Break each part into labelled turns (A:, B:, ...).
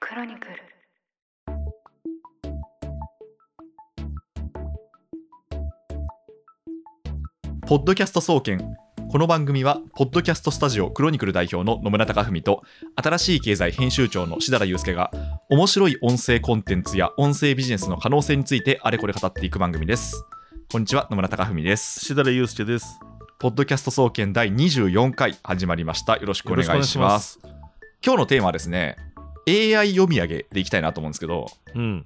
A: クロニクル
B: ポッドキャスト総研この番組はポッドキャストスタジオクロニクル代表の野村貴文と新しい経済編集長の志田祐介が面白い音声コンテンツや音声ビジネスの可能性についてあれこれ語っていく番組ですこんにちは野村貴文です
C: しだれゆうすけです。
B: ポッドキャスト総研第24回始まりましたよろしくお願いします
C: よろしくお願いし
B: 今日のテーマはですね AI 読み上げでいきたいなと思うんですけど
C: ます。うん。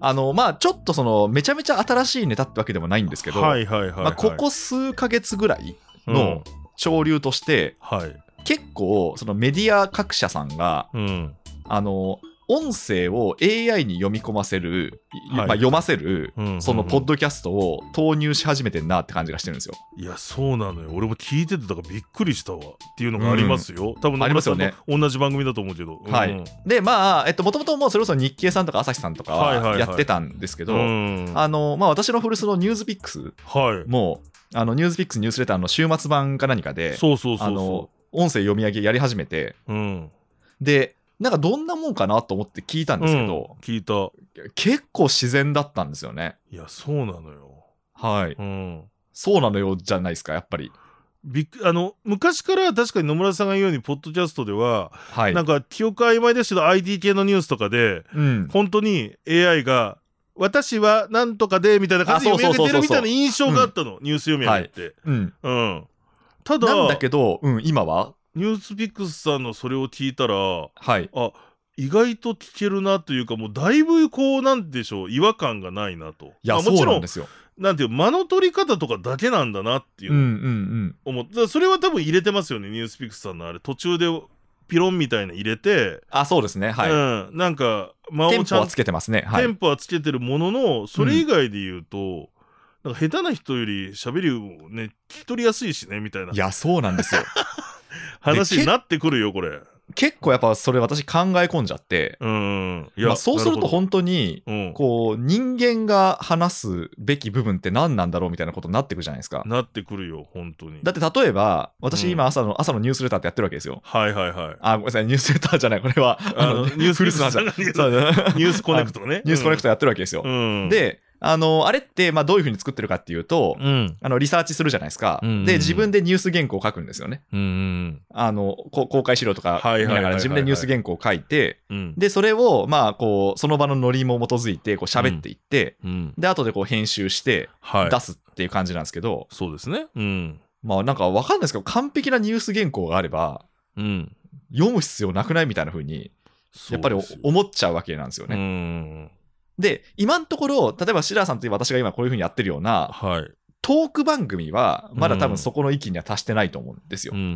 B: あのまあちょっとそのめちゃめちゃ新しいネタってわけでもないんですけど、
C: はいはいはい、はい
B: まあ、ここ数ヶ月ぐらいの
C: うん
B: 潮流として、
C: はい。
B: 結構そのメディア各社さんが
C: うん。
B: あの音声を AI に読み込ませる、い
C: はい
B: まあ、読ませる、
C: うん
B: その
C: うん
B: ポッドキャストを投入し始めてんなって感じがしてるんですよ。
C: いや、そうなのよ。俺も聞いてて、だからびっくりしたわ。っていうのがありますよ。多分、
B: ありますよね。
C: 同じ番組だと思うけど。
B: はい
C: うん
B: でまあえっともともともうそれこそ日経さんとか朝日さんとか
C: はいはいは
B: はいやってたんですけど、
C: うん
B: あのまあ、私の古巣のニュースピックス
C: は
B: もあのニュースピックスニュースレターの週末版か何か
C: い。
B: で
C: そうそうそ
B: あ
C: う
B: の
C: そ
B: 音声読み上げやり始めて
C: う。うん。
B: でなんかどんなもんかなと思って聞いたんですけど
C: うん、聞いた。
B: 結構自然だったんですよね。
C: いや、そうなのよ。
B: はい、
C: うん。
B: そうなのよじゃないですか、やっぱり。
C: びっくあの昔から確かに野村さんが言うようにポッドキャストでは、
B: はい。
C: なんか記憶曖昧ですけど IT 系のニュースとかで
B: うん。
C: 本当に AI が「私はなんとかで」みたいな感じで
B: あそう
C: 読み
B: そう
C: 上げ
B: そうそう
C: てるみ
B: そ
C: た
B: う
C: いな印象があったの、ニュース読み上げって、
B: うん。
C: うんただ
B: なんだけど、うん、今は
C: ニュースピックスさんのそれを聞いたら
B: はい。
C: 意外と聞けるなというかもうだいぶこうなんでしょう違和感がないなと
B: いや、
C: あも
B: そう
C: ち
B: な
C: ろ
B: ん
C: ん
B: ですよ。
C: なんていう間の取り方とかだけなんだなっていう
B: うんう
C: の
B: ん
C: を思って、だからそれは多分入れてますよねニュースピックスさんのあれ途中でピロンみたいな入れて、
B: あ、そうですね。はい。
C: うん、なんか間を
B: テン
C: ち
B: ポ
C: ゃ
B: は
C: んと
B: つけてますね。はい。
C: テンポはつけてるもののそれ以外で言うと、なんか下手な人より喋りをね聞き取りやすいしねみたいない
B: や、そうなんですよ。
C: 話
B: でけ
C: になってくるよこれ
B: 結構やっぱそれ私考え込んじゃって、
C: うんい
B: まあ、そうすると本当に、
C: 当うん
B: こう、人間が話すべき部分って何なんだろうみたいなことになってくじゃないですか。
C: なってくるよ本当に
B: だって例えば、私今
C: うん
B: 朝の、朝のニュースレターってやってるわけですよ。
C: はいはいはい
B: あ、ごめんなさい、ニュースレターじゃない、これは。
C: あのニュース
B: 古巣の話
C: さ
B: だ
C: んがニュ
B: そう
C: ース
B: だ
C: ニュースコネクトね
B: ニュースコネク
C: ト
B: トやってるわけですよ。
C: うん
B: で、あの、あれって、まあ、どういうふうに作ってるかっていうと、
C: うん
B: あの、リサーチするじゃないですか。
C: うんうんうん
B: で、自分でニュース原稿を書くんですよね。
C: うんうん
B: あの、こ公開資料とか
C: はい
B: 見
C: はいはいはい
B: ながら自分でニュース原稿を書いて、
C: うん
B: で、それを、まあ、こう、その場のノリも基づいて、こう、喋っていって、
C: うん
B: で、後でこう、編集して、
C: はい
B: 出すっていう感じなんですけど、
C: そうですねうん
B: まあ、なんかわかんないですけど、完璧なニュース原稿があれば、
C: うん
B: 読む必要なくないみたいな風に、やっぱりお
C: そうですよ
B: 思っちゃうわけなんですよ
C: う
B: ね。
C: ん
B: で、今のところ、例えばシラさんという私が今こういう風にやってるような、
C: はい
B: トーク番組はまだ多分そこの域には達してないと思うんですよ。
C: うんうんうん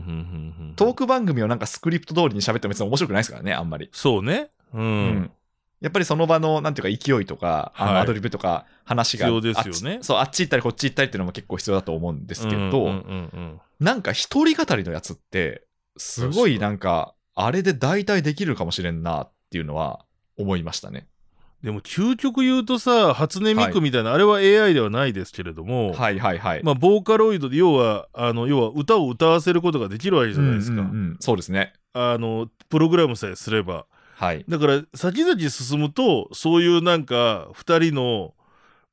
C: うん
B: トーク番組をなんかスクリプト通りに喋っても別に面白くないですからね、あんまり。
C: そうねう
B: うんやっぱりその場のなんていうか勢いとか、あの
C: はい
B: アドリブとか話が
C: 必要ですよね
B: あっちそうあっち行ったりこっち行ったりっていうのも結構必要だと思うんで
C: です
B: けど、なんか一人語りのやつってすごいなんかあれで代替できるかもしれんなっていうのは思いましたね。
C: でも究極言うとさ初音ミクみたいな、あれは AI ではないですけれども、
B: はいはいはい。
C: まあ、ボーカロイドで要はあの要は歌を歌わせることができるわけじゃないですか、
B: うんうんうんそうですね。
C: あのプログラムさえすれば
B: はい。
C: だから先々進むとそういうなんか2人の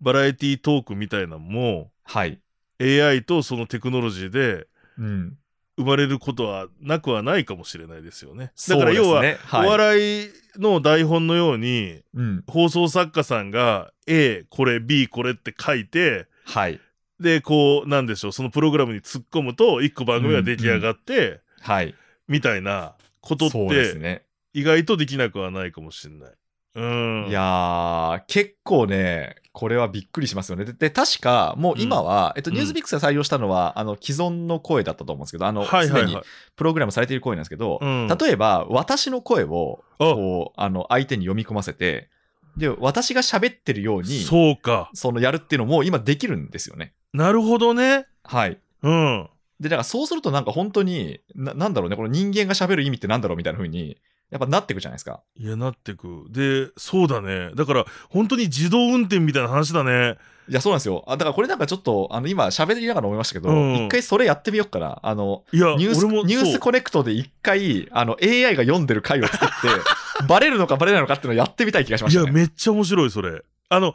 C: バラエティートークみたいなのも
B: はい。
C: AI とそのテクノロジーで
B: うん。
C: 生まれることはなくはないかもしれないですよねだ
B: そう
C: から
B: です
C: 要は、
B: ねはい
C: お笑いの台本のように
B: うん。
C: 放送作家さんが A これ B これって書いて
B: はい。
C: でこうなんでしょうそのプログラムに突っ込むと一個番組が出来上がって、
B: はい。
C: みたいなことっ
B: そうです
C: て
B: ね。
C: 意外とできなくはないかもしれない。うん、
B: いやー、結構ね、これはびっくりしますよね。で、で確か、もう今は、えっと、
C: うん
B: ニュースピックスが採用したのは、あの、既存の声だったと思うんですけど、あの、すで、
C: はいはい
B: に
C: はい。
B: プログラムされている声なんですけど、
C: うん
B: 例えば、私の声を、
C: あ
B: こう、あの、相手に読み込ませて、で、私が喋ってるように、そ
C: そうか
B: の、やるっていうのも今できるんですよね。
C: なるほどね。
B: はい。
C: うん
B: で、だからそうするとなんか本当に、ななんだろうね、この人間が喋る意味ってなんだろうみたいな風に、やっぱなってくじゃないですか。
C: いやなってくでそうだねだから本当に自動運転みたいな話だね
B: いや、そうなんですよ。あだからこれなんかちょっと、あの、今喋りながら思いましたけど、
C: うん
B: 一回それやってみようかな。あの、
C: いや
B: ニュース、
C: 俺も
B: ニュー
C: そ
B: ス
C: う
B: コネクトで一回、あの、AI が読んでる回を作って、 バレるのかバレないのかっていうのをやってみたい気がしま
C: い
B: した
C: や、
B: ね。
C: めっちゃ面白い、それ。あの、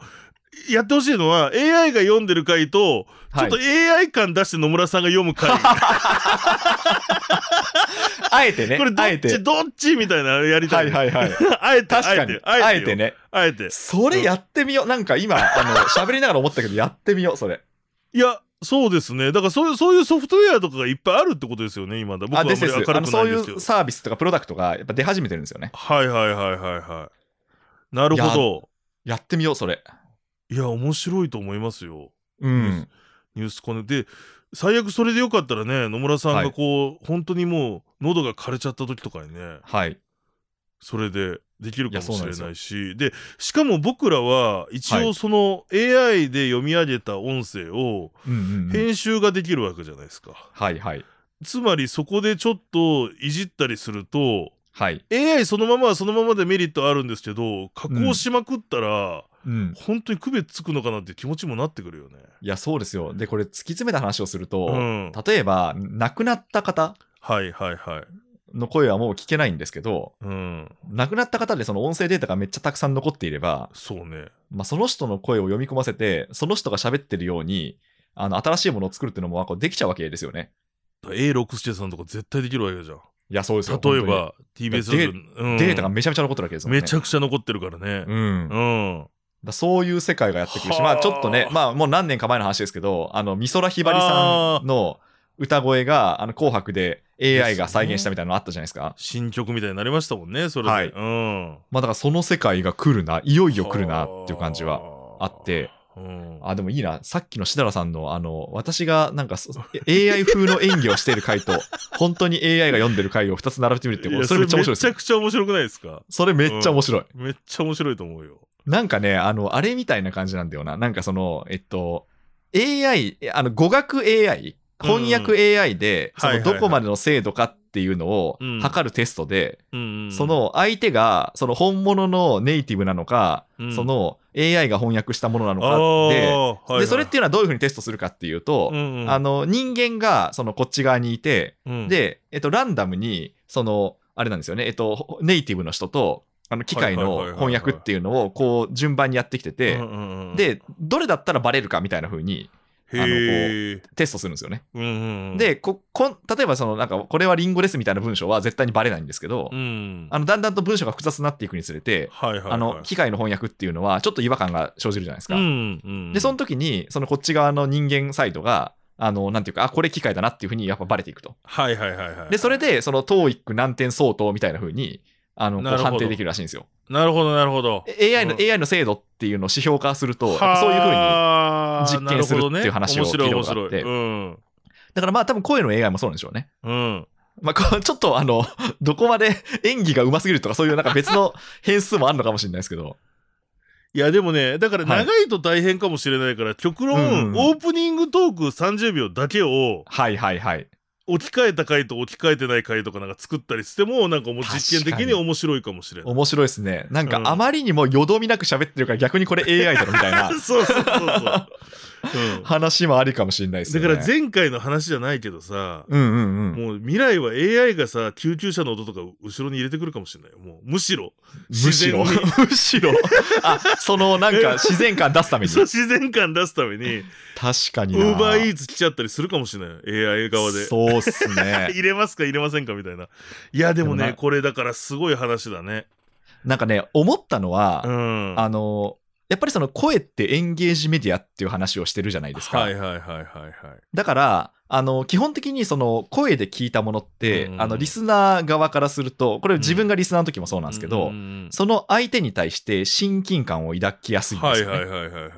C: やってほしいのは、AI が読んでる回と、ちょっと
B: はい
C: AI 感出して野村さんが読む 回。
B: あえてね。
C: これど
B: あ
C: っ
B: え
C: ち、
B: て。
C: どっちみたいなやりた。
B: はいいはい はい。
C: あえて、
B: 確
C: あ
B: か
C: え
B: に
C: て、。
B: あ
C: あ
B: え
C: え
B: て
C: てよ。
B: ね。
C: あえて。
B: それやってみよう。なんか今、あの、喋りながら思ったけど、やってみよう、それ。
C: いや、そうですね。だからそういう、そういうソフトウェアとかがいっぱいあるってことですよね、今だ。僕は
B: あ、
C: あんま
B: で
C: り
B: すで
C: 明
B: す
C: るく
B: あ
C: ない
B: の
C: ん
B: そうい
C: ですけど
B: う。サービスとかプロダクトがやっぱ出始めてるんですよね。
C: はいはいはいはいはい。なるほど。
B: やってみよう、それ。
C: いや、面白いと思いますよ。
B: うん。
C: ニュースコネ。で、最悪それでよかったらね、野村さん
B: は
C: が
B: い
C: こう、本当にもう、喉が枯れちゃった時とかにね、
B: はい。
C: それでできるかも
B: いやそう
C: し
B: なん
C: れ
B: ですよ
C: ないし、で、しかも僕らは、一
B: は
C: 応
B: い
C: その AI で読み上げた音声を、
B: うんうんうん。
C: 編集ができるわけじゃないですか。
B: はいはい。
C: つまりそこでちょっといじったりすると、
B: はい。
C: AI そのままはそのままでメリットあるんですけど加工しまくったら、
B: うん。
C: 本当に区別つくのかなって気持ちもなってくるよね。
B: いや、そうですよ。で、これ突き詰めた話をすると、
C: うん、
B: 例えば、亡くなった方
C: はいはいはい。
B: の声はもう聞けないんですけど、
C: うん、
B: 亡くなった方でその音声データがめっちゃたくさん残っていれば、
C: そうね。
B: まあ、その人の声を読み込ませて、その人が喋ってるように、あの新しいものを作るっていうのもこうできちゃうわけですよね。
C: A67 さんとか絶対できるわけじゃん。
B: いや、そうですよ。
C: 例え
B: 本
C: ば TBS ラジオう
B: 当
C: ん
B: に、データがめちゃめちゃ残ってるわけですもんね。
C: めちゃくちゃ残ってるからね。
B: うん、
C: う
B: だか
C: ん。
B: らそういう世界がやってくるし、
C: はあ
B: まあちょっとね、まあもう何年か前の話ですけど、あの、美空ひばりさんの歌声が、あの、紅白で AI が再現したみたいなのあったじゃないですか。
C: 新曲みたいになりましたもんね、それで。
B: はい
C: うん。
B: まあだからその世界が来るな、いよいよ来るなっていう感じはあって、
C: うん。
B: あ、でもいいな。さっきのしだらさんの、あの、私がなんかそ AI 風の演技をしている回 と、本当に AI が読んでる回を2つ並べてみるって、
C: い
B: こ
C: や
B: れそれめっちゃ面白いです
C: それ
B: よ
C: めちゃ。くちゃ面白くないですか
B: それめっちゃ面白い。
C: めっちゃ面白いと思うよ。
B: なんかね、あの、あれみたいな感じなんだよな。なんかその、えっと、AI、えあの、語学 AI、翻訳 AI で、
C: うん
B: そ
C: はい
B: の
C: はいはい
B: どこまでの精度かっていうのを
C: うん
B: 測るテストで、
C: うん、うん。
B: そ、の相手が、その本物のネイティブなのか、
C: うん
B: その AI が翻訳したものなの
C: あ
B: かで、
C: ーはいはい
B: で、それっていうのはどういうふうにテストするかっていうと、
C: うんうん
B: あの人間がそのこっち側にいて、
C: うん
B: で、えっと、ランダムにそのあれなんですよね、えっと、ほネイティブの人とあの機械
C: はいはいはい
B: の
C: はい
B: 翻訳っていうのをこう順番にやってきて
C: う
B: て
C: ん、うんうん、
B: でどれだったらバレるかみたいな風に
C: へ
B: あのこう
C: ー
B: テストするんですよね。
C: うんうんうん、
B: でここん例えばそのなんかこれはリンゴですみたいな文章は絶対にバレないんですけど、
C: うん、
B: あのだんだんと文章が複雑になっていくにつれて、
C: はいはいはい、
B: あの機械の翻訳っていうのはちょっと違和感が生じるじゃないですか。
C: うんうん、
B: でその時にそのこっち側の人間サイドがあのなんていうかあこれ機械だなっていうふうにやっぱバレていくと。
C: はいはいはいはい
B: で、それで、その TOEIC 何点相当みたいな風に、あの、こ
C: なる
B: う
C: ほど
B: 判定できるらしいんですよ。
C: なるほどなるほど
B: え AI の、AI の精度っていうのを指標化すると、やっぱ
C: はー
B: そういう風に。実験するっていう
C: なほど
B: 話を聞いたことがあって
C: 面白い面白い
B: だからまあ多分声の AI もそうなんでしょうね。
C: うん、うん、
B: まあこう、 ちょっとあの、どこまで 演技が上手すぎるとか、そういうなんか別の変数もあるのかもしれないですけど。
C: いやでもねだから
B: はい
C: 長いと大変かもしれないから、極論、
B: うんうん
C: オープニングトーク30秒だけを
B: はいはいはい。
C: 置き換えた回と置き換えてない回とかなんか作ったりしてもなんかもう実験的に面白いかもしれない
B: 面白いですね。なんか
C: うん
B: あまりにもよどみなく喋ってるから逆にこれ AI だろみたいな
C: そうそうそう そう、うん、
B: 話もありかもしれないです
C: だ
B: よね。
C: から前回の話じゃないけどさ、
B: うんうんうん。
C: もう未来は AI がさ救急車の音とか後ろに入れてくるかもしれないよもうむしろ
B: むしろ、
C: 自然
B: むしろ、あ、そのなんか自然感出すために。
C: そう
B: 確
C: 自然感出すために
B: かに
C: ウ
B: な。
C: ーバーイーツ来ちゃったりするかもしれないよ AI 側で
B: そうっすね。
C: 入れますか入れませんかみたいないやで
B: で
C: も
B: も
C: ね
B: な
C: これだからすごい話だね
B: なんかね、思ったのは、
C: うん
B: あの、やっぱりその声ってエンゲージメディアっていう話をしてるじゃないですか。
C: はいはいはいはいはい
B: だから、あの、基本的にその声で聞いたものって、
C: うん
B: あの、リスナー側からすると、これ自分がリスナーの時もそうな
C: なん
B: ですけど、その相手に対して親近感を抱きやすいんで
C: は
B: す
C: い
B: よね。
C: はいはいはいはいはい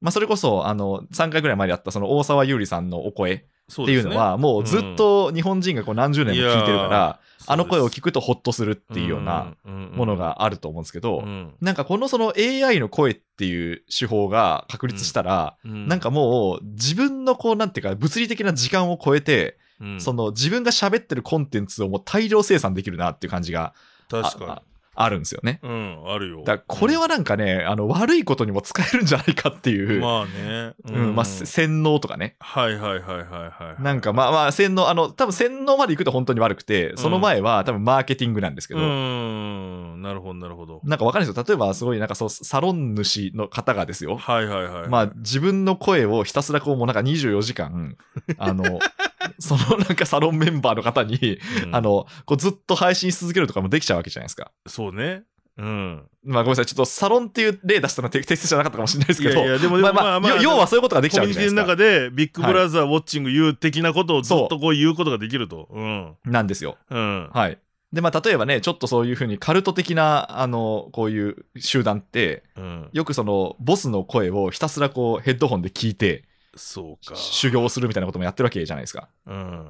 B: まあ、それこそ、あの、3回ぐらい前であった、その大沢優里さんのお声
C: そ
B: っていうのはもうずっと日本人がこう何十年も聞いてる
C: い
B: から
C: や、
B: あの声を聞
C: く
B: くとホッとするっていうようなものがあると思うんですけど、なんかこのその AI の声っていう手法が確立したら、
C: な
B: なんかもう自分のこうなんていうか物理的な時間を超えて、その自分が喋ってるコンテンツをもう大量生産できるなっていう感じが
C: 確かに
B: ああるんですよね。
C: うん、あるよ。
B: だからこれはなんかね、あの悪いことにも使えるんじゃないかって
C: う
B: い
C: ん、
B: う、
C: まあね。
B: うんまあ、せ洗脳とかね。
C: はいはいはいはいはい。
B: なんかまあまあ洗脳、あの、多分洗脳まで行くと本当に悪くて、その前は多分マーケティングなんですけ
C: う
B: ど、
C: ーん、なるほどなるほど。
B: なんかわかんないですよ。例えばすごいなんかそう、サロン主の方がですよ。
C: はいはいはい。
B: まあ自分の声をひたすらこうもうなんか24時間、あの、 そのなんかサロンメンバーの方に、
C: うん
B: あの、こうずっと配信し続けるとかもできちゃうわけじゃないですか。
C: そうね。うん。
B: まあごめんなさい、ちょっとサロンっていう例出したのは適適切じゃなかったかもしれないです
C: い
B: けど、
C: やいや、でもで
B: まあ
C: も
B: まあ、よ要はそういうことができち
C: コ
B: ゃう
C: ミュ
B: わけ
C: ニ
B: じ
C: テ
B: ゃな
C: ィ
B: い
C: の
B: ですか。
C: 中でビッグブラザーウォッチング言う的なことをずっとこう言うことができると。うん。
B: なんですよ。
C: うん。
B: はい。で、まあ例えばね、ちょっとそういうふうにカルト的な、あの、こういう集団って、
C: うん。
B: よくそのボスの声をひたすらこうヘッドホンで聞いて
C: そうか。
B: 修行するみたいなこともやってるわけじゃないですか。
C: うん。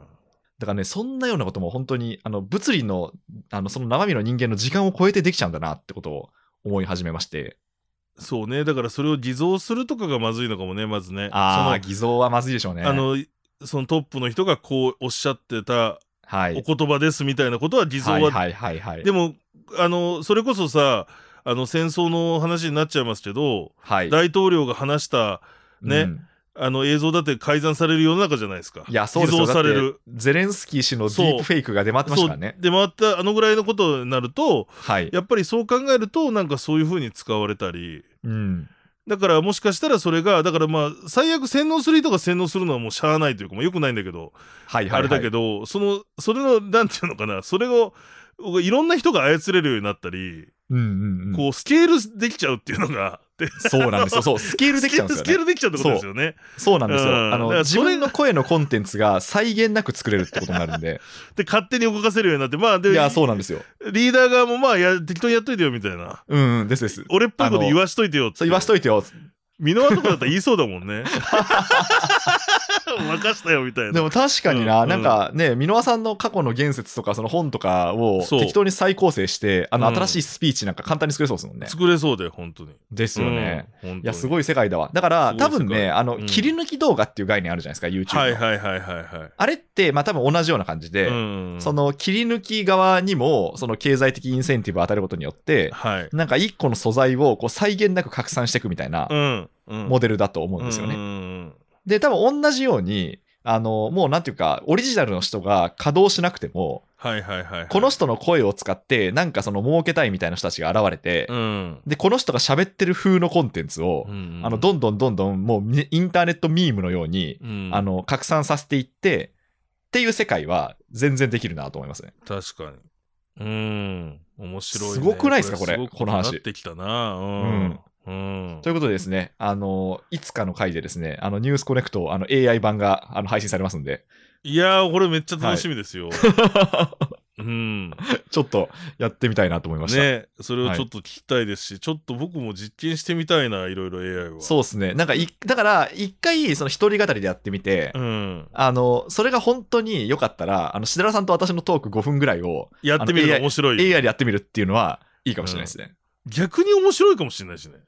B: だからね、そんなようなことも本当に、あの、物理の、あの、その生身の人間の時間を超えてできちゃうんだなってことを思い始めまして、
C: そうね。だからそれを偽造するとかがまずいのかもね、まずね。
B: ああ、偽造はまずいでしょうね。
C: その、あの、そのトップの人がこうおっしゃってた
B: はい、
C: お言葉ですみたいなことは偽造
B: はい
C: は
B: はいはいはい。
C: でもあのそれこそさあの戦争の話になっちゃいますけど、
B: はい。
C: 大統領が話したね
B: うん
C: あの映像だって改ざんされる世の中じゃないですか。
B: いや、そうです
C: 偽
B: よ。
C: 造され
B: だっ
C: る
B: て。ゼレンスキー氏のディープフェイクが出回ってまし
C: そ
B: た
C: う
B: からね。
C: で回ったあのぐらいのことになると
B: はい。
C: やっぱりそう考えるとなんかそういうふうに使われたり
B: うん。
C: だからもしかしたらそれがだからまあ最悪洗脳する人が洗脳するのはもうしゃあないというか、まあ、よくないんだけど、
B: はいはい、はい。
C: あれだけどそのそれのなんていうのかなそれをいろんな人が操れるようになったり、
B: うんうんうん。
C: こうスケールできちゃうっていうのがで
B: そうなんですよ。そう、スケールできちゃうんですよ
C: スケー
B: ね。
C: ルできちゃうってことですよね。
B: そうなんですよ。
C: うん
B: あ
C: だ
B: の、
C: からそ
B: 自
C: れ
B: 分の声のコンテンツが再現なく作れるってことになるんで。
C: で勝手に動かせるようになってまあ
B: い
C: で
B: や、そうなんですよ。
C: リーダー側もまあや適当にやっといてよみたいな
B: うんうん、ですです。
C: 俺っぽいこと言わしといてよって
B: そう言わしといてよ。
C: 箕輪とかだったら言いそうだも んね。 任したよみたい
B: で
C: な。
B: も確かにな、
C: うん
B: なんかね、箕輪さんの過去の言説とか、その本とかを
C: そう
B: 適当に再構成して、あの、
C: うん
B: 新しいスピーチなんか簡単に作れそうですもんね。
C: 作れそうで本当に。
B: ですよね。
C: うん。本当に
B: いや、すごい世界だわ。だから、
C: す
B: 多
C: ごい世界
B: 分ね、あの、
C: うん
B: 切り抜き動画っていう概念あるじゃないですか、YouTube の。
C: はいはいはいはいはい。
B: あれって、まあ多分同じような感じで、
C: うん
B: その切り抜き側にも、その経済的インセンティブを与えることによって、
C: はい。
B: なんか一個の素材をこう再現なく拡散していくみたいな
C: うんうん。
B: モデルだと思うんですよね。
C: ね。
B: で、多分同じように、あの、もうなんていうか、オリジナルの人が稼働しなくても、
C: はいはいはいはい。
B: この人の声を使って、なんかその儲けたいみたいな人たちが現れて、
C: うん。
B: で、この人が喋ってる風のコンテンツを、
C: うん
B: あの、どんどんどんどんもうみインターネットミームのように、
C: うん
B: あの、拡散させていって、っていう世界は全然できるなと思いますね。
C: 確かに。うん。面白いね。
B: すごくないですかこれ
C: すごく
B: この話
C: なってきたな。うん。うん
B: ということでですね、あの、いつかの回でですね、あの、ニュースコネクト、あの、AI 版が、あの、配信されますんで、
C: いやー、これめっちゃ楽しみですよ。うん。
B: ちょっとやってみたいなと思いました。
C: ね、それをちょっと聞きたいですし、ちょっと僕も実験してみたいな、いろいろ AI は。
B: そうですね。なんかい、だから、一回、その一人語りでやってみて、
C: うん。
B: あの、それが本当に良かったら、あの、しだらさんと私のトーク5分ぐらいを
C: やってみるの
B: あの
C: 面白
B: AI
C: いよ。
B: でやってみるっていうのはいいかもしれないですね。
C: 逆に面白いかもしれないしね。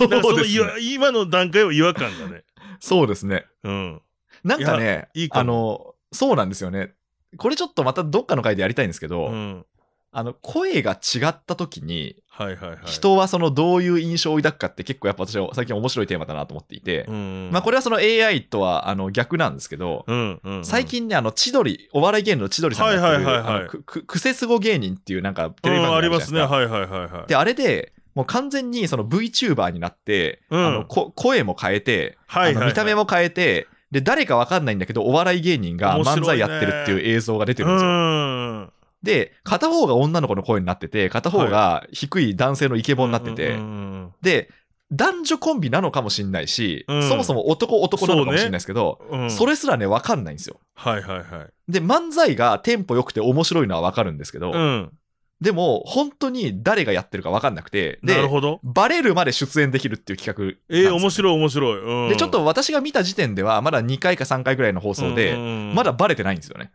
C: だからそ
B: そう
C: の
B: で
C: い
B: す
C: わ
B: ね。
C: 今の段階は違和感がね。
B: そうですね。
C: うん。
B: なんかね、
C: いやいいかも
B: あの、そうなんですよね。これちょっとまたどっかの回でやりたいんですけど、
C: うん。
B: あの、声が違った時に、
C: はいはいはい。。
B: 人はそのどういう印象を抱くかって結構やっぱ私は最近面白いテーマだなと思っていて、
C: うん。
B: まあこ
C: れ、
B: れはその AI とはあの逆なんですけど、
C: うん、うん。
B: 最近ね、あの、千鳥、お笑い芸人の千鳥さんがやってる、
C: はいはいはいはい
B: あのくくクセスゴ芸人っていうなんかテ
C: うん、
B: レビ番組
C: あ
B: るじゃないで
C: りま
B: すす
C: ね。
B: か
C: はいはいはいはい。
B: で、あれで、もう完全にその VTuber になって、
C: うん
B: あのこ声も変えて、
C: はいはい
B: あ
C: はい
B: の見た目も変えて、で、誰かわかんないんだけど、お笑い芸人が
C: 面白いね
B: 漫才やってるっていう映像が出てるん
C: う
B: ですよ。
C: ん。
B: で、片方が女の子の声になってて、片方が低い男性のイケボになってて、
C: うんうんうん
B: で、男女コンビなのかもしんないし、
C: うん
B: そもそも男男なのかもしんないですけど、
C: うんうん
B: それすらね、わかんないんですよ。
C: はいはいはい。
B: で、漫才がテンポ良くて面白いのはわかるんですけど、
C: うん。
B: でも、本当に誰がやってるかわかんなくて、で
C: なる、ほど。
B: バレるまで出演できるっていう企画
C: えー、面
B: い。
C: 白い面白い。うん。
B: で、ちょっと私が見た時点では、まだ2回か3回ぐらいの放
C: うん、
B: 送で、まだバレてないんですよね。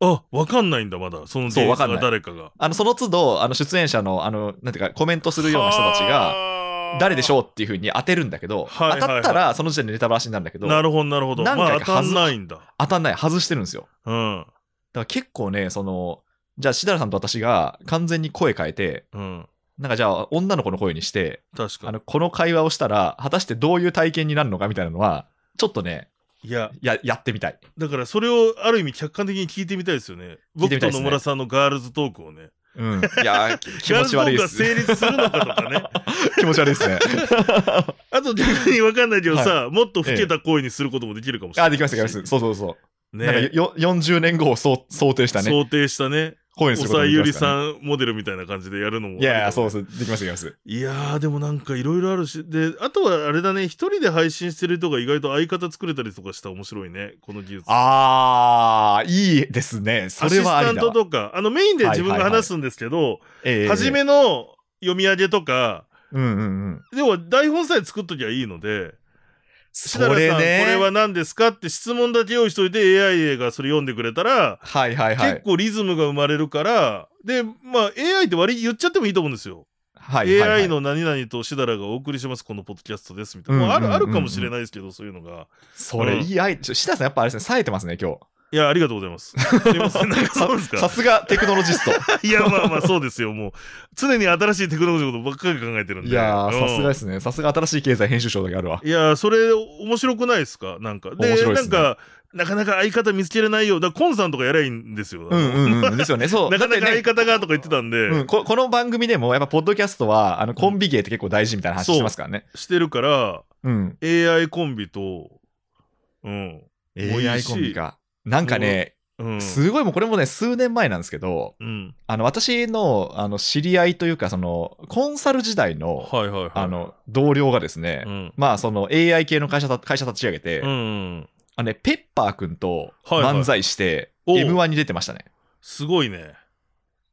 C: あ、わかんないんだ、まだ。その
B: そう
C: デー
B: わか
C: タ
B: んな
C: が
B: い
C: 誰かが。
B: あの、その都度、あの、出演者の、あの、なんていうか、コメントするような人たちが、
C: が
B: 誰でし
C: ょ
B: ょうっていうふうに当てるんだけど、
C: はいはい
B: 当
C: はい
B: たったら、その時点でネタバラシになるんだけど、
C: なるほど、なるほど。
B: 何
C: ま
B: 回
C: あ、
B: か
C: 当たん
B: 外
C: ないんだ。
B: 当たんない、外してるんですよ。だ
C: うん。
B: から結構ね、その、じゃあ、しだらさんと私が完全に声変えて、
C: うん。
B: なんかじゃあ女の子の声にして
C: 確
B: あ
C: かに
B: のこの会話をしたら果たしてどういう体験になるのかみたいなのはちょっとね
C: いや
B: ややってみたい
C: だからそれをある意味客観的に聞いてみたいですよね
B: 聞いてみた
C: 僕と
B: いですね
C: 野村さんのガールズトークをね
B: うんいやー気持ち悪いで
C: ガールズトー
B: す
C: クが成立するのかとかね
B: 気持ち悪いですね
C: あと逆に分かんないけどさ、もっと老けた声にすることもできるかもしれな
B: あ
C: い
B: できましたできま したそうそうそうう、
C: ね
B: なんかよ40年後を想想定したね
C: 想定したね
B: 声にすること
C: 小
B: が
C: 沢
B: で
C: ゆ
B: きま
C: り
B: すからね
C: さんモデルみたいな感じでやるのも
B: いやいやそううそうできますできます
C: いやーでもなんかいろいろあるしであとはあれだね一人で配信してる人が意外と相方作れたりとかしたら面白いねこの技術
B: あーいいですねそれはあ
C: アシス
B: り
C: タ
B: だ
C: ント
B: わ
C: とかあのメインで自分
B: はい
C: が
B: はいはい
C: 話すんですけど、
B: ええ
C: 初めの読み上げとか
B: うんうんうん
C: でも台本さえ作っときゃいいので
B: そ
C: 設楽
B: れ
C: さん、
B: ね
C: これは何ですかって質問だけ用意しといて AI がそれ読んでくれたら、
B: はいはいはい
C: 結構リズムが生まれるからでまあ AI って割り言っちゃってもいいと思うんですよ。
B: はいはいはい
C: AI の何々とシダラがお送りしますこのポッドキャストですみたいな、
B: うん
C: まあある
B: うん
C: あるかもしれないですけどそういうのが
B: それ、
C: うん
B: いいアイちょシダさんやっぱあれですね冴えてますね今日
C: いやありがとうござ いますすいませんなんかそうです
B: さ
C: か
B: すがテクノロジスト
C: いやまあまあそうですよもう常に新しいテクノロジーのことばっかり考えてるんで
B: いやー
C: う
B: さ
C: ん
B: すがですねさすが新しい経済編集長だけあるわ
C: いやそれ面白くないですかなんかで
B: 面白いっ
C: な
B: す
C: ん
B: ね
C: かなかなか相方見つけれないよだからコンさんとかやりゃいいんですよ、
B: うんうんうんですよねそう
C: なか
B: だ
C: な
B: っ
C: か
B: てね
C: 相方がとか言ってたんで、
B: うん、ここの番組でもやっぱポッドキャストはあのコンビ芸って結構大事みたいな話
C: そう
B: してますからね。
C: してるから
B: うん。
C: AI コンビとうんもういいし
B: AI コンビか。なんかね、
C: うん
B: すごいもうこれもね数年前なんですけど
C: うん
B: あの私のあの知り合いというかそのコンサル時代の
C: はいはいはい
B: あの同僚がですね、
C: うん
B: まあその AI 系の会社た会社立ち上げて、
C: うんうん
B: あのね、ペッパーくんと
C: はいはい
B: 漫才して、
C: おう
B: M1 に出てましたね。
C: すごいね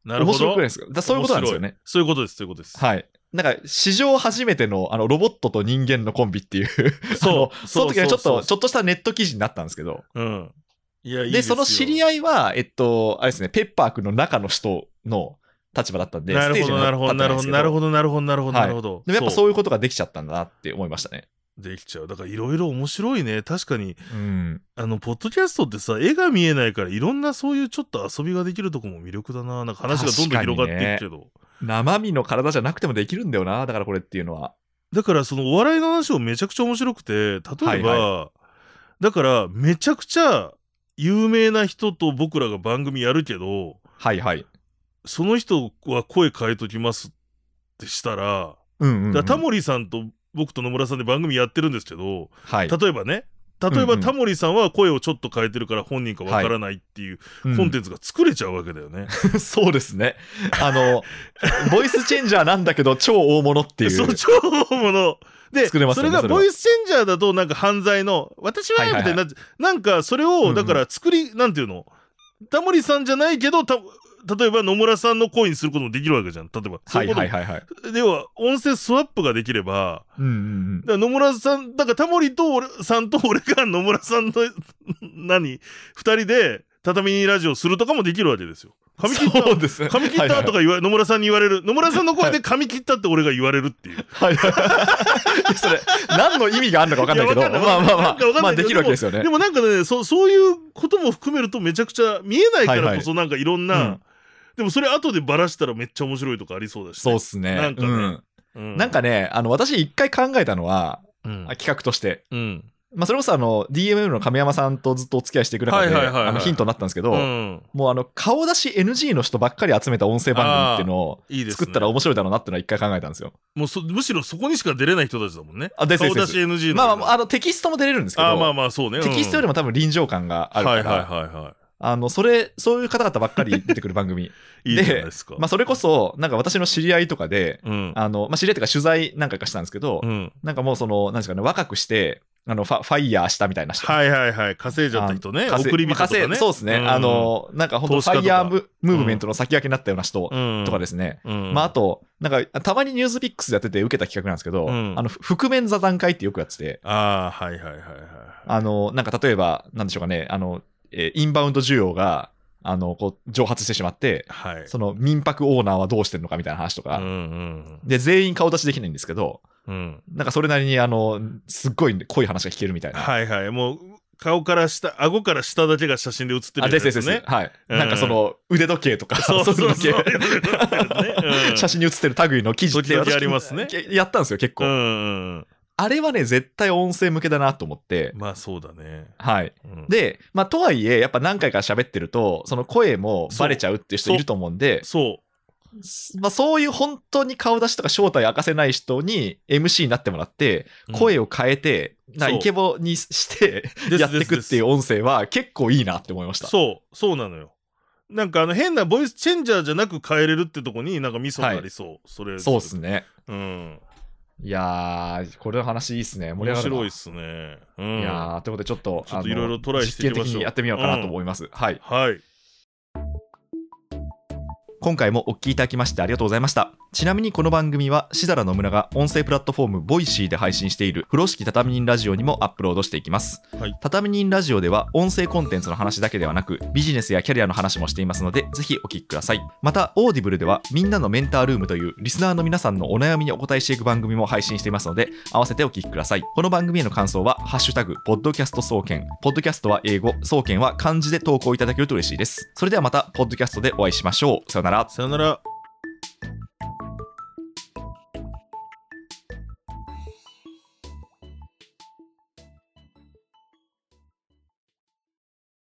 C: なるほ
B: 面
C: ど
B: 白くないですかだそういうことなんですよね。
C: そういうことですそういうことです、、
B: はい。なんか、史上初めての、あの、ロボットと人間のコンビっていう
C: そう
B: あのその時はちょっと、
C: そうそうそう
B: ちょっとしたネット記事になったんですけど、
C: うんいやいい
B: で、その知り
C: い
B: 合いは、えっと、あれですね、ペッパーくんの中の人の立場だったんで、
C: な
B: ステー
C: るほ
B: ジ
C: ど
B: には
C: なる
B: 立
C: ほ
B: って
C: ど
B: なんですけ
C: ないるほどなる
B: ど、
C: ほどなるほどなるほどなるほど
B: でもやっぱ
C: そ
B: そ
C: う
B: ういうことができちゃったんだなって思いましたね。
C: できちゃうだからいろいろ面白いね確かに
B: うん。
C: あのポッドキャストってさ絵が見えないからいろんなそういうちょっと遊びができるとこも魅力だななんか話がどんどん広がっていくけど、
B: 生身の体じゃなくてもできるんだよな、だからこれっていうのは。
C: だからそのお笑いの話もめちゃくちゃ面白くて例えば、
B: はい
C: だからめちゃくちゃ有名な人と僕らが番組やるけど
B: はいはい。
C: その人は声変えときますってしたら,、
B: うんうん、うん。
C: だからタモリさんと僕と野村さんで番組やってるんですけど、
B: はい、
C: 例えばね例え
B: うんう
C: ば
B: ん
C: タモリさんは声をちょっと変えてるから本人かわからないっていう
B: うん
C: コンテンツが作れちゃうわけだよね。
B: そうですね。あの、ボイスチェンジャーなんだけど、超大物っていう。
C: そう超大物で
B: 作れます
C: そ
B: よね
C: れが
B: それは
C: ボイスチェンジャーだとなんか犯罪の「私は」
B: はい
C: み
B: は
C: た
B: いはい
C: いになっちゃなんかそれをだから作り、なんていうのタモリさんじゃないけどた例えば野村さんの声にすることもできるわけじゃん例えば。
B: はいはいいはいはい。
C: うことでは音声スワップができれば
B: うんうん
C: だから野村さんだからタモリと俺さんと俺が野村さんの 何2人で畳ラジオするとかもできるわけですよ。
B: うん。
C: 髪切った
B: そうですね。
C: 髪切ったと
B: か。
C: か言わ野村さんに言われる野村さんの声で髪切ったって俺が言われるっていう。
B: はいはいはい。 いやそれ、何の意味があるのか分かんないけど、
C: いや
B: まあ
C: わかんない
B: まあ
C: なんか
B: ま
C: わ
B: あ、
C: か
B: ま
C: んな
B: あ
C: いけ
B: で
C: ど
B: きるわけですよね
C: で。もなんかねそうそういうことも含めるとめちゃくちゃ見えないからこ
B: はいは
C: そなんかいろんな、
B: うん
C: でもそれ後でバラしたらめっちゃ面白いとかありそうだし、
B: そうっすね。
C: なんかね
B: うん
C: うん
B: なんかね、あの、私一回考えたのは、
C: うん
B: あ企画として。
C: うん
B: まあ、それこそあの、DMM の亀山さんとずっとお付き合いしていく中で、
C: はいはいはいはい
B: あのヒントになったんですけど、
C: うん
B: もうあの、顔出し NG の人ばっかり集めた音声番組っていうのを
C: いいですね
B: 作ったら面白いだろうなってのは一回考えたんですよ。
C: もうそむしろそこにしか出れない人たちだもんね
B: あですです
C: 顔
B: で
C: 出
B: す
C: し NG の
B: まあまあ、
C: あ
B: あのテキストも出れるんですけど、
C: あまあまあそうね
B: テキストより
C: も
B: も多分臨場感があるか
C: は
B: ら、
C: いはいはいは
B: あのそれそういう方々ばっかり出てくる番 組
C: いいいじゃないですか
B: まあそれこそなんか私の知り合いとかで
C: うん
B: あの、まあ、知り合いというか取材なんかがしたんですけど、
C: うん
B: なんかもうそのなんですかね若くしてあのファファイヤーしたみたいな人、
C: はいはいはい稼いじゃった人ね
B: 稼い
C: 送り人とかね、
B: 稼いそうですね、
C: ん
B: あのなんか本当
C: 投
B: フ
C: 資家と
B: ァ
C: か
B: イヤームムーブメントの先駆けになったような人
C: うん
B: とかですね、
C: うん
B: まああとなんかたまにニュースピックスでやってて受けた企画なんですけど、
C: うん
B: あの覆面座談会ってよくやってて
C: ああはいはいはいはい
B: あの、なんか例えば、なんでしょうかね、あの、えーインバウンド需要が、あの、こう、蒸発してしまって、
C: はい
B: その民泊オーナーはどうしてるのかみたいな話とか、
C: うんうん
B: で、全員顔出しできないんですけど、
C: うんうん
B: なんかそれなりに、あの、すっごい濃い話が聞けるみたいな。
C: はいはいもう顔から下、顎から下だけが写真で写ってる
B: あ、
C: や
B: です
C: つ
B: で
C: ですす
B: です
C: ね。。
B: はい。
C: うん
B: なんかその腕時計とか、
C: そうそう そう。
B: いの系
C: うん
B: 写真に写ってる類の記事って
C: 時々ありますね
B: けやったんですよ、結
C: う
B: 構。
C: んうん。
B: あれはね、絶対音声向けだなと思って。
C: まあそうだね。
B: はい。
C: うん
B: で、まあ、とはいえ、やっぱ何回か喋ってると、その声もバレちゃうっていう人いると思うんで、
C: そ
B: そまあ、そういう本当に顔出しとか正体明かせない人に MC になってもらって、
C: う。
B: 声
C: を
B: を変えて、な
C: そう
B: イケボにして、やっていくっていう音声は結構いいなって思いました。
C: そう、そうなのよ。なんかあの変なボイスチェンジャーじゃなく変えれるってとこになんかミソになりそう。それ。
B: そうっす。ね。
C: うん。
B: いやー、これの話いいっすね。盛り上がる
C: 面
B: な。
C: 白いっすね。うん。
B: いやー、ということでちょっと、
C: ちょっと
B: あの
C: いろいろトライしていきましょ
B: 実
C: う
B: 験的にやってみようかなと思います。はい。
C: はい。
B: 今回もお聞きいただきましてありがとうございましたちなみにこの番組はしだらの村が音声プラットフォームボイシーで配信している風呂敷畳人ラジオにもアップロードしていきます、
C: はい
B: 畳人ラジオでは音声コンテンツの話だけではなくビジネスやキャリアの話もしていますのでぜひお聞きくださいまたオーディブルではみんなのメンタールームというリスナーの皆さんのお悩みにお答えしていく番組も配信していますので合わせてお聞きくださいこの番組への感想はハッシュタグポッドキャスト総研ポッドキャストは英語総研は漢字で投稿いただけると嬉しいですそれではまたポッドキャストでお会いしましょうさよなら
C: さよなら。